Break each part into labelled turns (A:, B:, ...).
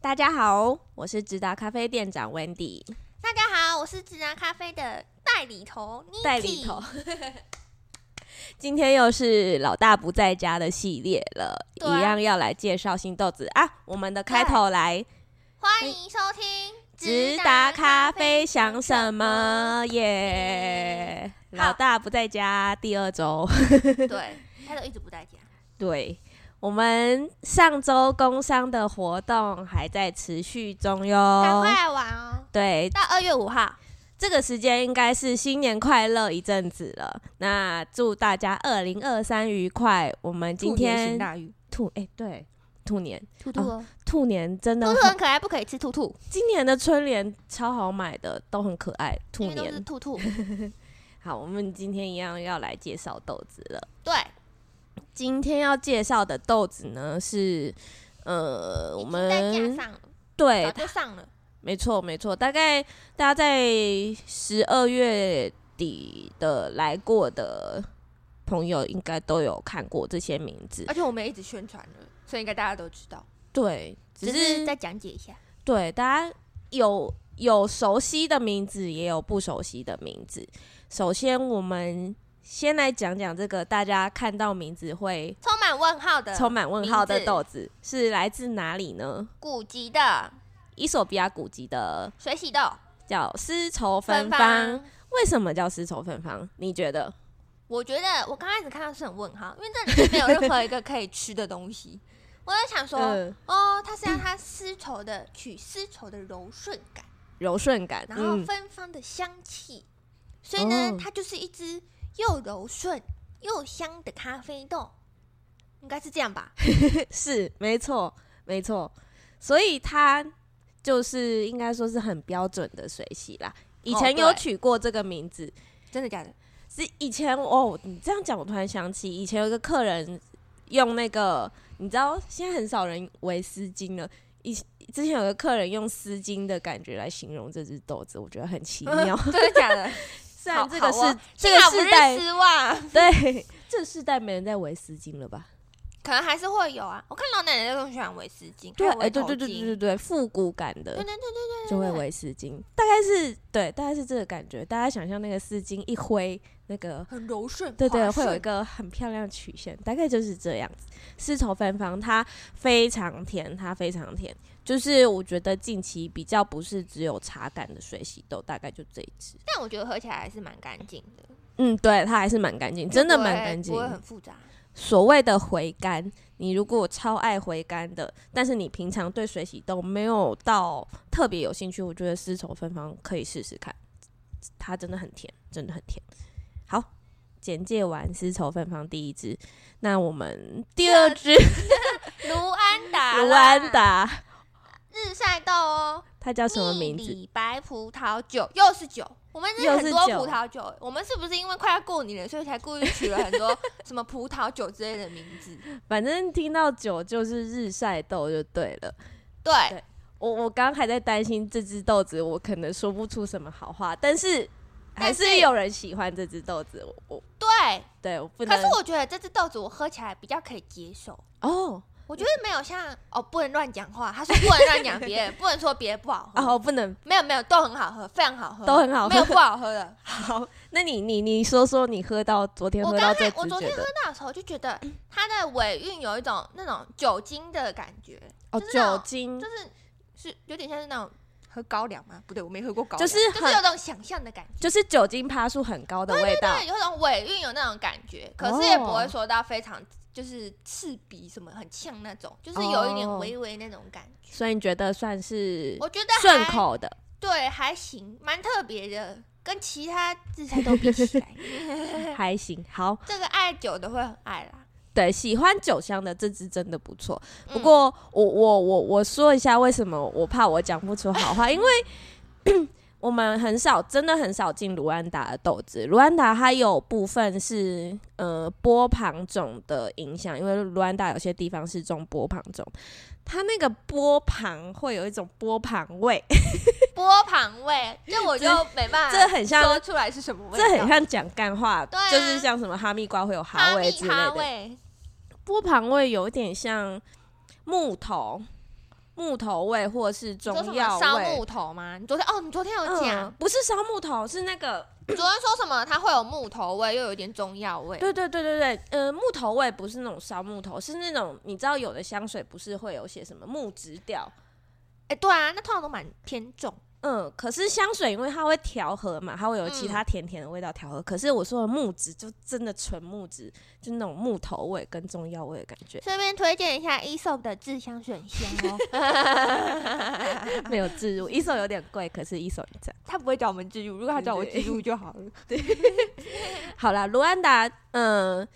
A: 大家好，我是直达咖啡店长 Wendy，
B: 大家好，我是直男咖啡的代理头 Niki，
A: 代理头。 今天又是老大不在家的系列了，
B: 对啊
A: 一样要来介绍新豆子啊。我们的开头来
B: 欢迎收听
A: 直达咖啡想什？么耶？
B: 好
A: 老大不在家第二周，
B: 对，他都一直不啊在家。
A: 对我们上周工商的活动还在持续中
B: 赶
A: 哟
B: 快。来玩哦！
A: 对，
B: 到二月五号，
A: 这个时间应该是新年快乐一阵子了。那祝大家二零二三愉快。我们今天
C: 大鱼，
A: 兔哎、对，兔年
B: 兔兔哦，
A: 兔年真的
B: 兔兔
A: 很
B: 很可爱，不可以吃兔兔，
A: 今年的春联超好买的，都很可爱。兔
B: 因为都是
A: 年
B: 兔兔。
A: 好，我们今天一样要来介绍豆子了。
B: 对，
A: 今天要介绍的豆子呢是呃，我
B: 已经在架
A: 们哎
B: 上了，
A: 对
B: 早就上了。
A: 没错，没错，大概大家在十二月底的来过的朋友，应该都有看过这些名
B: 呃
A: 字。
C: 而且我们也一直宣传了，所以应该大家都知道。
A: 对，只
B: 只
A: 是
B: 是再讲解一下，
A: 对大家有有熟悉的名字，也有不熟悉的名字。首先，我们先来讲讲这个大家看到名字会
B: 充满问号的，
A: 充满问号的
B: 名字
A: 豆子是来自哪里呢？
B: 古籍的
A: 伊索比亚古籍的
B: 水洗豆
A: 叫丝绸芬
B: 芬
A: 芳，。为什么叫丝绸芬芳？你觉得？
B: 我觉得我刚开始看到是很问号，因为这里面没有任何一个可以吃的东西。我在想说，
A: 嗯
B: 哦，它是让它丝绸的取丝绸的柔顺感，
A: 柔顺感，
B: 然后
A: 嗯
B: 芬芳的香气，所以呢
A: 哦，
B: 它就是一只又柔顺又香的咖啡豆，应该是这样吧？
A: 是没错，没错，所以它就是应该说是很标准的水洗啦。以
B: 哦
A: 前有
B: 对
A: 取过这个名字，
C: 真的假 的？
A: 是以前哦，你这样讲我突然想起，以前有一个客人用那个，你知道现在很少人围丝巾了。以之前有个客人用丝巾的感觉来形容这只豆子，我觉得很奇妙。
C: 真的假的？
A: 虽然
B: 好
A: 这个是、
B: 好哦
A: 这个
B: 幸好不
A: 世代
B: 是丝袜，
A: 对这个世代没人在围丝巾了吧？
B: 可能还是会有啊。我看老奶奶都很喜欢围丝巾，
A: 对，
B: 哎、
A: 哎，对对对对对对，复古感的，
B: 对对对对
A: 就会围丝巾，大概是对，大概是这个感觉。大家想象那个丝巾一挥，那个
C: 很柔顺，
A: 对对，
C: 滑
A: 会
C: 顺
A: 有一个很漂亮的曲线，大概就是这样子。丝绸芬芳它非常甜，它非常甜，就是我觉得近期比较不是只有茶感的水洗豆，大概就这一支。
B: 但我觉得喝起来还是蛮干净的，
A: 嗯，对，它还是蛮干净，真的
B: 不会
A: 蛮干净
B: 不。会很复杂。
A: 所谓的回甘，你如果超爱回甘的，但是你平常对水洗豆没有到特别有兴趣，我觉得丝绸芬芳可以试试看，它真的很甜，真的很甜。好，简介完丝绸芬芳第一支，那我们第二支
B: 卢安达，
A: 卢安，达，
B: 日晒豆哦，
A: 它叫什么
B: 蜜
A: 名字？
B: 里白葡萄酒又是酒，我们是
A: 又
B: 很
A: 是
B: 多
A: 酒
B: 葡萄酒欸。我们是不是因为快要过年了，所以才故意取了很 多什么葡萄酒之类的名字？
A: 反正听到酒就是日晒豆就对了。
B: 对，
A: 我我刚刚还在担心这只豆子，我可能说不出什么好话，但是还
B: 但
A: 是
B: 是
A: 有人喜欢这只豆子。我我
B: 对。
A: 对，我不能。
B: 可是我觉得这只豆子我喝起来比较可以接受，
A: 哦
B: 我觉得没有像哦不能乱讲话，他说不能乱讲别人， 不能说别人不好喝。
A: 哦，不能。
B: 没有没有，都很好喝，非常好喝，
A: 都很好喝
B: 没有不好喝的。
A: 好，那你你你说说你喝到昨天
B: 我
A: 喝
B: 刚
A: 到
B: 才
A: 这
B: 我
A: 只
B: 昨天
A: 觉
B: 喝
A: 得
B: 到的时候就觉得它的尾韵有一种那种酒精的感觉，
A: 哦
B: 就是那
A: 酒
B: 种
A: 精
B: 就是是有点像是那种
C: 喝高粱吗？不对，我没喝过高粱，
A: 就是
B: 就是有
A: 很
B: 种想象的感觉，
A: 就是酒精趴数很高的味道
B: 对，有种尾韵，有那种感觉，可是也不会
A: 哦
B: 说到非常就是刺鼻什么很呛那种，就是有一
A: 哦
B: 点微微那种感觉。
A: 所以你觉得算是
B: 我觉得还
A: 顺，口的。
B: 对，还行，蛮特别的，跟其他制菜都比起来，哎
A: 还行，好，
B: 这个爱酒的会很爱啦。
A: 对，喜欢酒香的这支真的不错。
B: 嗯
A: 不过我我我我说一下为什么我怕我讲不出好话，因为我们很少，真的很少进卢安达的豆子。卢安达它有部分是呃波旁种的影响，因为卢安达有些地方是种波旁种，它那个波旁会有一种波旁味，
B: 波旁味，这我就没办法，
A: 这很
C: 说
A: 像。
C: 出来是什么味
A: 这
C: 道？
A: 很像讲干话，
B: 对啊
A: 就是像什么哈密瓜会有哈
B: 哈
A: 味
B: 密
A: 之类
B: 哈
A: 的。
B: 味，
A: 波旁味有一点像木头，木头味或是
B: 你
A: 中
B: 说什
A: 药
B: 么烧
A: 味
B: 木。头吗？你昨天哦，你昨天有
A: 嗯
B: 讲，，
A: 不是烧木头，是那个，
B: 昨天说什么？它会有木头味，又有一点中药味。
A: 对对对对对，呃，木头味不是那种烧木头，是那种你知道有的香水不是会有写什么木质调，
B: 哎，对啊，那通常都蛮偏重。
A: 嗯，可是香水因为它会调和嘛，它会有
B: 嗯
A: 其他甜甜的味道调和。可是我说的木质就真的纯木质，就那种木头味跟中药味的感觉，
B: 顺便推荐一下 Esop 的制香选香 哦，啊
A: 没有置入。一手有点贵，可是一手你赞。
C: 他不会找我们置入，如果他找我置
A: 对
C: 入就好了。
A: 好啦，卢安达，嗯，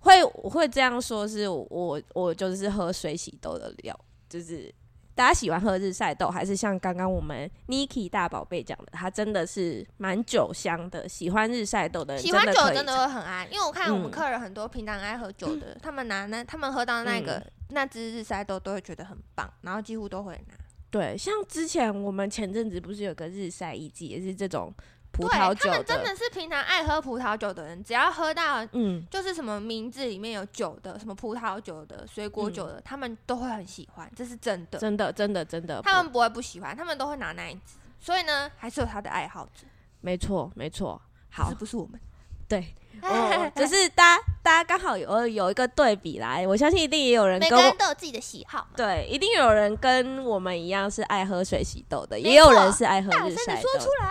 A: 会我会这样说是我我就是喝水洗豆的料，就是。大家喜欢喝日晒豆，还是像刚刚我们 Niki 大宝贝讲的，他真的是蛮酒香的。喜欢日晒豆的人，
B: 喜欢酒
A: 可以
B: 真的
A: 尝
B: 会很爱，因为我看我
A: 嗯
B: 们客人很多平常爱喝酒的，他们拿那他们喝到那个
A: 嗯
B: 那只日晒豆都会觉得很棒，然后几乎都会拿。
A: 对，像之前我们前阵子不是有个日晒一季，也是这种葡
B: 对
A: 萄酒
B: 他们真的是平常爱喝葡萄酒的人，只要喝到
A: 嗯，
B: 就是什么名字里面有酒的，什么葡萄酒的、水果酒的，他们都会很喜欢，这是真的。
A: 嗯真的真的真的，
B: 他们不会不喜欢，他们都会拿那一只。所以呢，
C: 还是有他的爱好者，
A: 没错没错，好
C: 是，不是我们？
A: 对， 哦，就是大家大家刚好有有一个对比来，我相信一定也有人
B: 每
A: 跟
B: 个人
A: 我。
B: 都有自己的喜好嘛。
A: 对，一定有人跟我们一样是爱喝水洗豆的，
B: 没
A: 也有人
B: 错
A: 是爱喝
B: 大
A: 日
B: 声
A: 晒
B: 的
A: 豆
B: 说出
A: 的。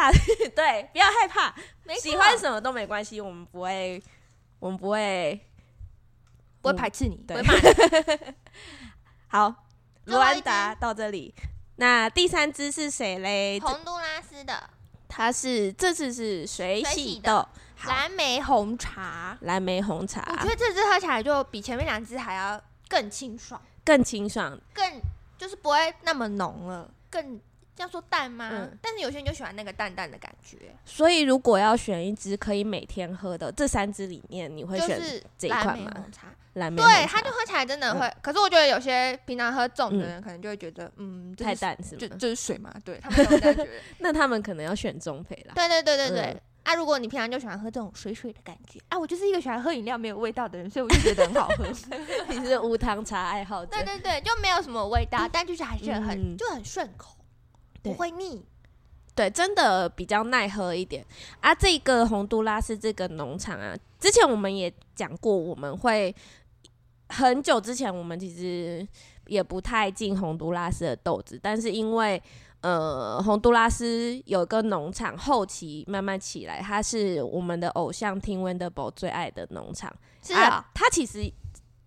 B: 来，
A: 对，不要害怕，
B: 没错
A: 喜欢什么都没关系，我们不会，我们不会。
C: 不会
A: 嗯
C: 排斥你，
A: 对
B: 会骂你
A: 好，
B: 最
A: 卢
B: 后一
A: 安达到这里，那第三支是谁嘞？
B: 洪都拉斯的
A: 它是这次是水
B: 水
A: 洗
B: 洗
A: 豆，好，
B: 蓝莓红茶，
A: 蓝莓红
B: 我觉
A: 茶
B: 得这支喝起来就比前面两支还要更清爽，
A: 更清爽，
B: 更就是不会那么浓了，更这样说淡吗？
A: 嗯
B: 但是有些人就喜欢那个淡淡的感觉，
A: 所以如果要选一支可以每天喝的，这三支里面你会
B: 就
A: 选
B: 是
A: 这一
B: 蓝
A: 款
B: 莓
A: 吗
B: 红茶。
A: 蓝莓红
B: 对，
A: 茶嗯
B: 它就喝起来真的会，可是我觉得有些平常喝重的人可能就会觉得，嗯，这
A: 太
B: 是，
A: 淡是
C: 就
A: 吗？
C: 就是水嘛，对
B: 他们可能这样觉 得。
A: 那他们可能要选中配啦。
B: 对对对对
A: 嗯
B: 对，啊，如果你平常就喜欢喝这种水水的感觉，
C: 啊，我就是一个喜欢喝饮料没有味道的人，所以我就觉得很好 喝。
A: 你是无糖茶爱好者
B: 对，对对，就没有什么味道，但就是还是
A: 嗯
B: 很就很顺口，
A: 对
B: 不会腻。
A: 对，真的比较耐喝一点啊。这个洪都拉斯这个农场啊，之前我们也讲过，我们会很久之前我们其实也不太进洪都拉斯的豆子，但是因为呃，洪都拉斯有一个农场，后期慢慢起来，它是我们的偶像 Tim Wenderbo 最爱的农场。
B: 是
A: 啊
B: 啊，，
A: 他其实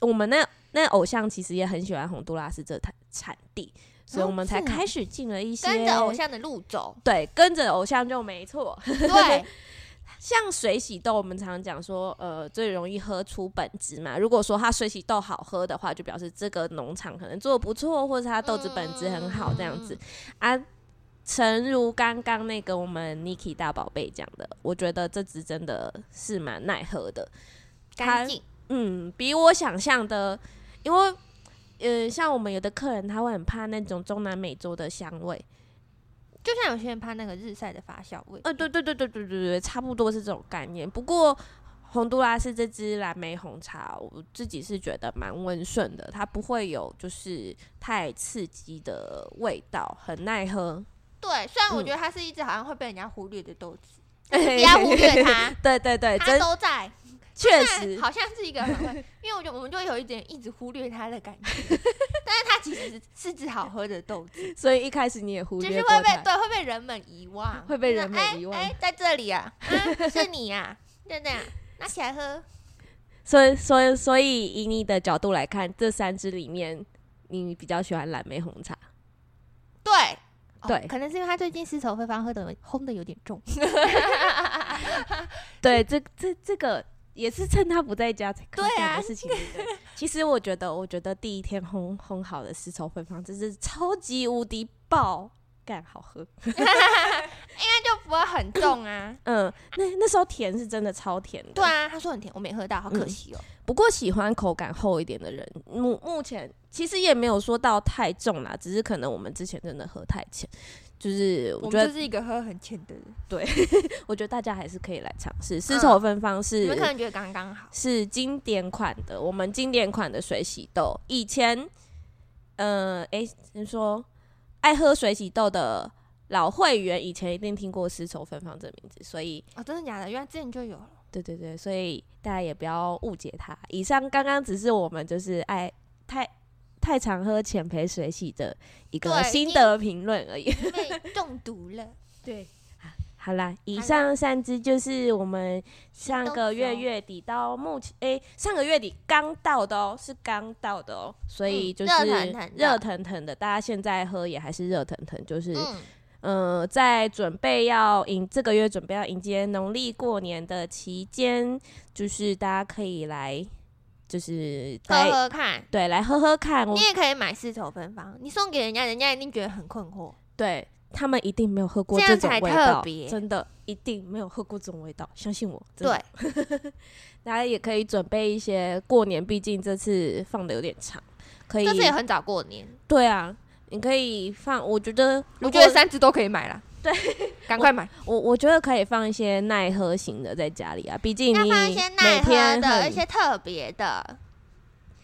A: 我们那那偶像其实也很喜欢洪都拉斯这产产地，所以
B: 哦
A: 我们才
B: 是啊
A: 开始进了一些，
B: 跟着偶像的路走
A: 对，跟着偶像就没错。
B: 对，
A: 像水洗豆，我们常常讲说，呃，最容易喝出本质嘛。如果说它水洗豆好喝的话，就表示这个农场可能做的不错，或者它豆子本质很好这样子、啊。诚如刚刚那个我们 Niki 大宝贝讲的，我觉得这支真的是蛮耐喝的。它
B: 干净。
A: 嗯，比我想象的，因为呃，像我们有的客人他会很怕那种中南美洲的香味，
B: 就像有些人怕那个日晒的发酵味，
A: 呃，对对对对对对对，差不多是这种概念。不过，洪都拉斯这支蓝莓红茶，我自己是觉得蛮温顺的，它不会有就是太刺激的味道，很耐 喝。
B: 对，虽然我
A: 嗯
B: 觉得它是一只好像会被人家忽略的豆子， 不
A: 不
B: 要忽略它，
A: 对对对，
B: 它
A: 真
B: 都在。
A: 确
B: 但
A: 实，
B: 好像是一个很会，因为我就我们就有一点一直忽略它的感 觉，但是它其实是只好喝的豆子，
A: 所以一开始你也忽
B: 就
A: 略
B: 是
A: 过
B: 会被
A: 它。
B: 对会被人们遗忘，
A: 会被
B: 就是
A: 人们遗忘
B: 哎、哎在这里 啊，啊是你呀、啊，就这样拿起来喝，
A: 所以所以所以以你的角度来看，这三支里面，你比较喜欢蓝莓红茶。
B: 对。哦
A: 对
B: 可能是因为他最近丝绸配方喝的烘的有点 重，
A: 对，这这这个也是趁他不在家才可以
B: 对
A: 干
B: 啊
A: 的事情。对不对 其实我觉得，我觉得第一天烘烘好的丝绸配方真是超级无敌爆干好喝。
B: 那就不会很重啊。
A: 嗯，那那时候甜是真的超甜的。
B: 对啊，他说很甜，我没喝到，好可惜哦。
A: 不过喜欢口感厚一点的人，目目前其实也没有说到太重啦，只是可能我们之前真的喝太浅。就是我
C: 我
A: 觉
C: 们
A: 得，
C: 就是一个喝很浅的人，
A: 我觉得大家还是可以来尝试丝绸芬芳是、
B: 你们可能觉得刚刚好，
A: 是经典款的，我们经典款的水洗豆。以前，嗯、呃，诶，你说爱喝水洗豆的老会员以前一定听过丝绸芬芳这名字，所以
B: 哦，真的假的？原来之前就有了。
A: 对对对，所以大家也不要误解他。以上刚刚只是我们就是爱太太常喝浅培水洗的一个
B: 对
A: 心
B: 因
A: 得评论而已。
B: 因为中毒了，
C: 对，
A: 好啦，以
B: 好啦
A: 上三支就是我们上个月月底到目前，诶，上个月底刚到的哦、是刚到的哦、所以
B: 嗯
A: 就是
B: 热腾腾的
A: 热腾腾的，大家现在喝也还是热腾腾，就是
B: 嗯，
A: 呃，在准备要迎这个月准备要迎接农历过年的期间，就是大家可以来，就是来
B: 喝喝看。
A: 对来喝喝看，我
B: 你也可以买丝绸芬芳，你送给人家，人家一定觉得很困惑。
A: 对他们一定没有喝过
B: 这
A: 这
B: 样
A: 种
B: 才
A: 味
B: 特
A: 道
B: 别，
A: 真的一定没有喝过这种味道，相信我。真的
B: 对，
A: 大家也可以准备一些过年，毕竟这次放的有点长，可以
B: 这次也很早过年，
A: 对啊，你可以放，我觉得
C: 我
A: 如
C: 觉得
A: 果
C: 三支都可以买啦。对，赶快买。
A: 我我觉得可以放一些耐喝型的在家里啊，毕竟
B: 要
A: 你
B: 放一些
A: 每
B: 耐喝
A: 天
B: 的，而
A: 很
B: 且特别的，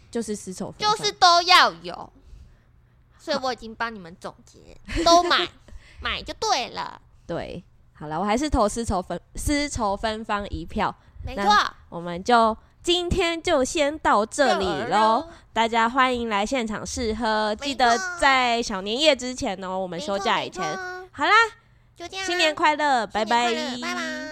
A: 就是丝绸芬
B: 就
A: 芳，
B: 是都要有。所以我已经帮你们总结，都 买，买就对了，
A: 对。好了，我还是投丝绸芬丝绸芬芳一票，
B: 没
A: 那
B: 错，
A: 我们就今天就先到这里
B: 幼儿
A: 喽。
B: 咯。
A: 大家欢迎来现场试喝，
B: 错
A: 记得在小年夜之前哦，我们
B: 没
A: 休
B: 错
A: 假
B: 没
A: 以前。
B: 错
A: 好啦，
B: 就这样啦，
A: 新年快乐，
B: 新年
A: 拜
B: 快乐拜拜。